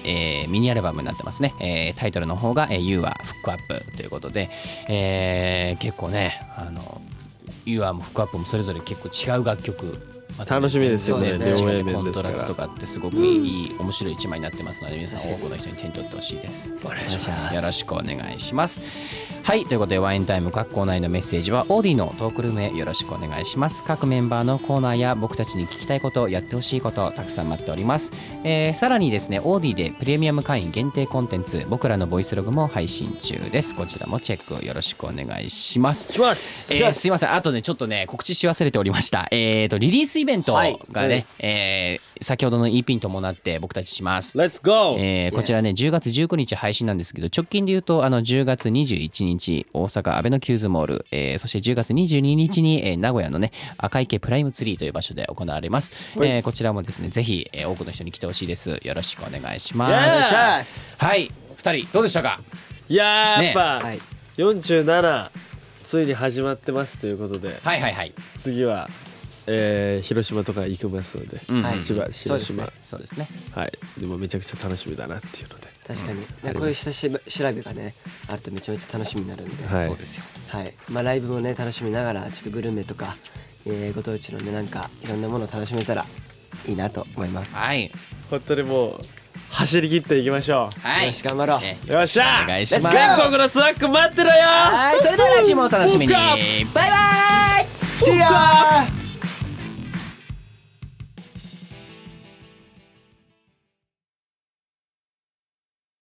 Speaker 1: ーミニアルバムになってますね。えータイトルの方が、えー、You はフックアップということで、えー結構ね、あの、You はもフックアップもそれぞれ結構違う楽曲。またね
Speaker 3: 楽しみですよ
Speaker 2: ね
Speaker 1: 全然違って
Speaker 3: 両 A 面ですから
Speaker 1: コントラストとかってすごくいい、面白い一枚になってますので、皆さん多くの人に手に取ってほしいです。お願いします。よろしくお願いします。はい、ということでワインタイム各コーナーへのメッセージはオーディのトークルームへよろしくお願いします。各メンバーのコーナーや僕たちに聞きたいこと、やってほしいこと、たくさん待っております。えーさらにですね、オーディでプレミアム会員限定コンテンツ、僕らのボイスログも配信中です。こちらもチェックをよろしくお願いします。
Speaker 3: します
Speaker 1: えーすいませんあとねちょっとね告知し忘れておりましたえー、とリリースイベントがね、
Speaker 2: はい
Speaker 1: えー先ほどの EP に伴って僕たちします
Speaker 3: レッツゴー
Speaker 1: えーこちらね10月19日配信なんですけど直近で言うとあの10月21日大阪阿部のキューズモール、えーそして10月22日に、えー名古屋のね赤池プライムツリーという場所で行われます、えーこちらもですねぜひ、えー多くの人に来てほしいですよろしくお願いします、
Speaker 3: イエーイ
Speaker 2: チャース
Speaker 1: はい2人どうでしたか
Speaker 3: いやー
Speaker 1: ね
Speaker 3: やっぱ、
Speaker 2: はい
Speaker 3: 47ついに始まってますということで
Speaker 1: はいはいはい、
Speaker 3: 次は、えー広島とか行きますので、
Speaker 1: うん
Speaker 2: はい
Speaker 3: 千葉広島、
Speaker 2: そうで
Speaker 1: そうですね
Speaker 3: はいでもめちゃくちゃ楽しみだなっていうので
Speaker 2: 確かに、ねこういう下しば調べがねあるとめちゃめちゃ楽しみになるんで、
Speaker 3: はい
Speaker 1: そうですよ
Speaker 2: はいまあ、ライブもね楽しみながらちょっとグルメとか、えーご当地のねなんかいろんなものを楽しめたらいいなと思います。
Speaker 1: はい
Speaker 3: 本当にもう走り切っていきましょ
Speaker 1: はい
Speaker 2: よし頑張ろう
Speaker 1: ね
Speaker 3: うよっしゃ
Speaker 1: お願いします
Speaker 3: 全国のスワック待ってろよ
Speaker 1: はいそれでは来週もお楽しみに
Speaker 3: フッ
Speaker 1: バ
Speaker 3: ク
Speaker 1: イバ
Speaker 3: ア
Speaker 1: イ
Speaker 2: See ya!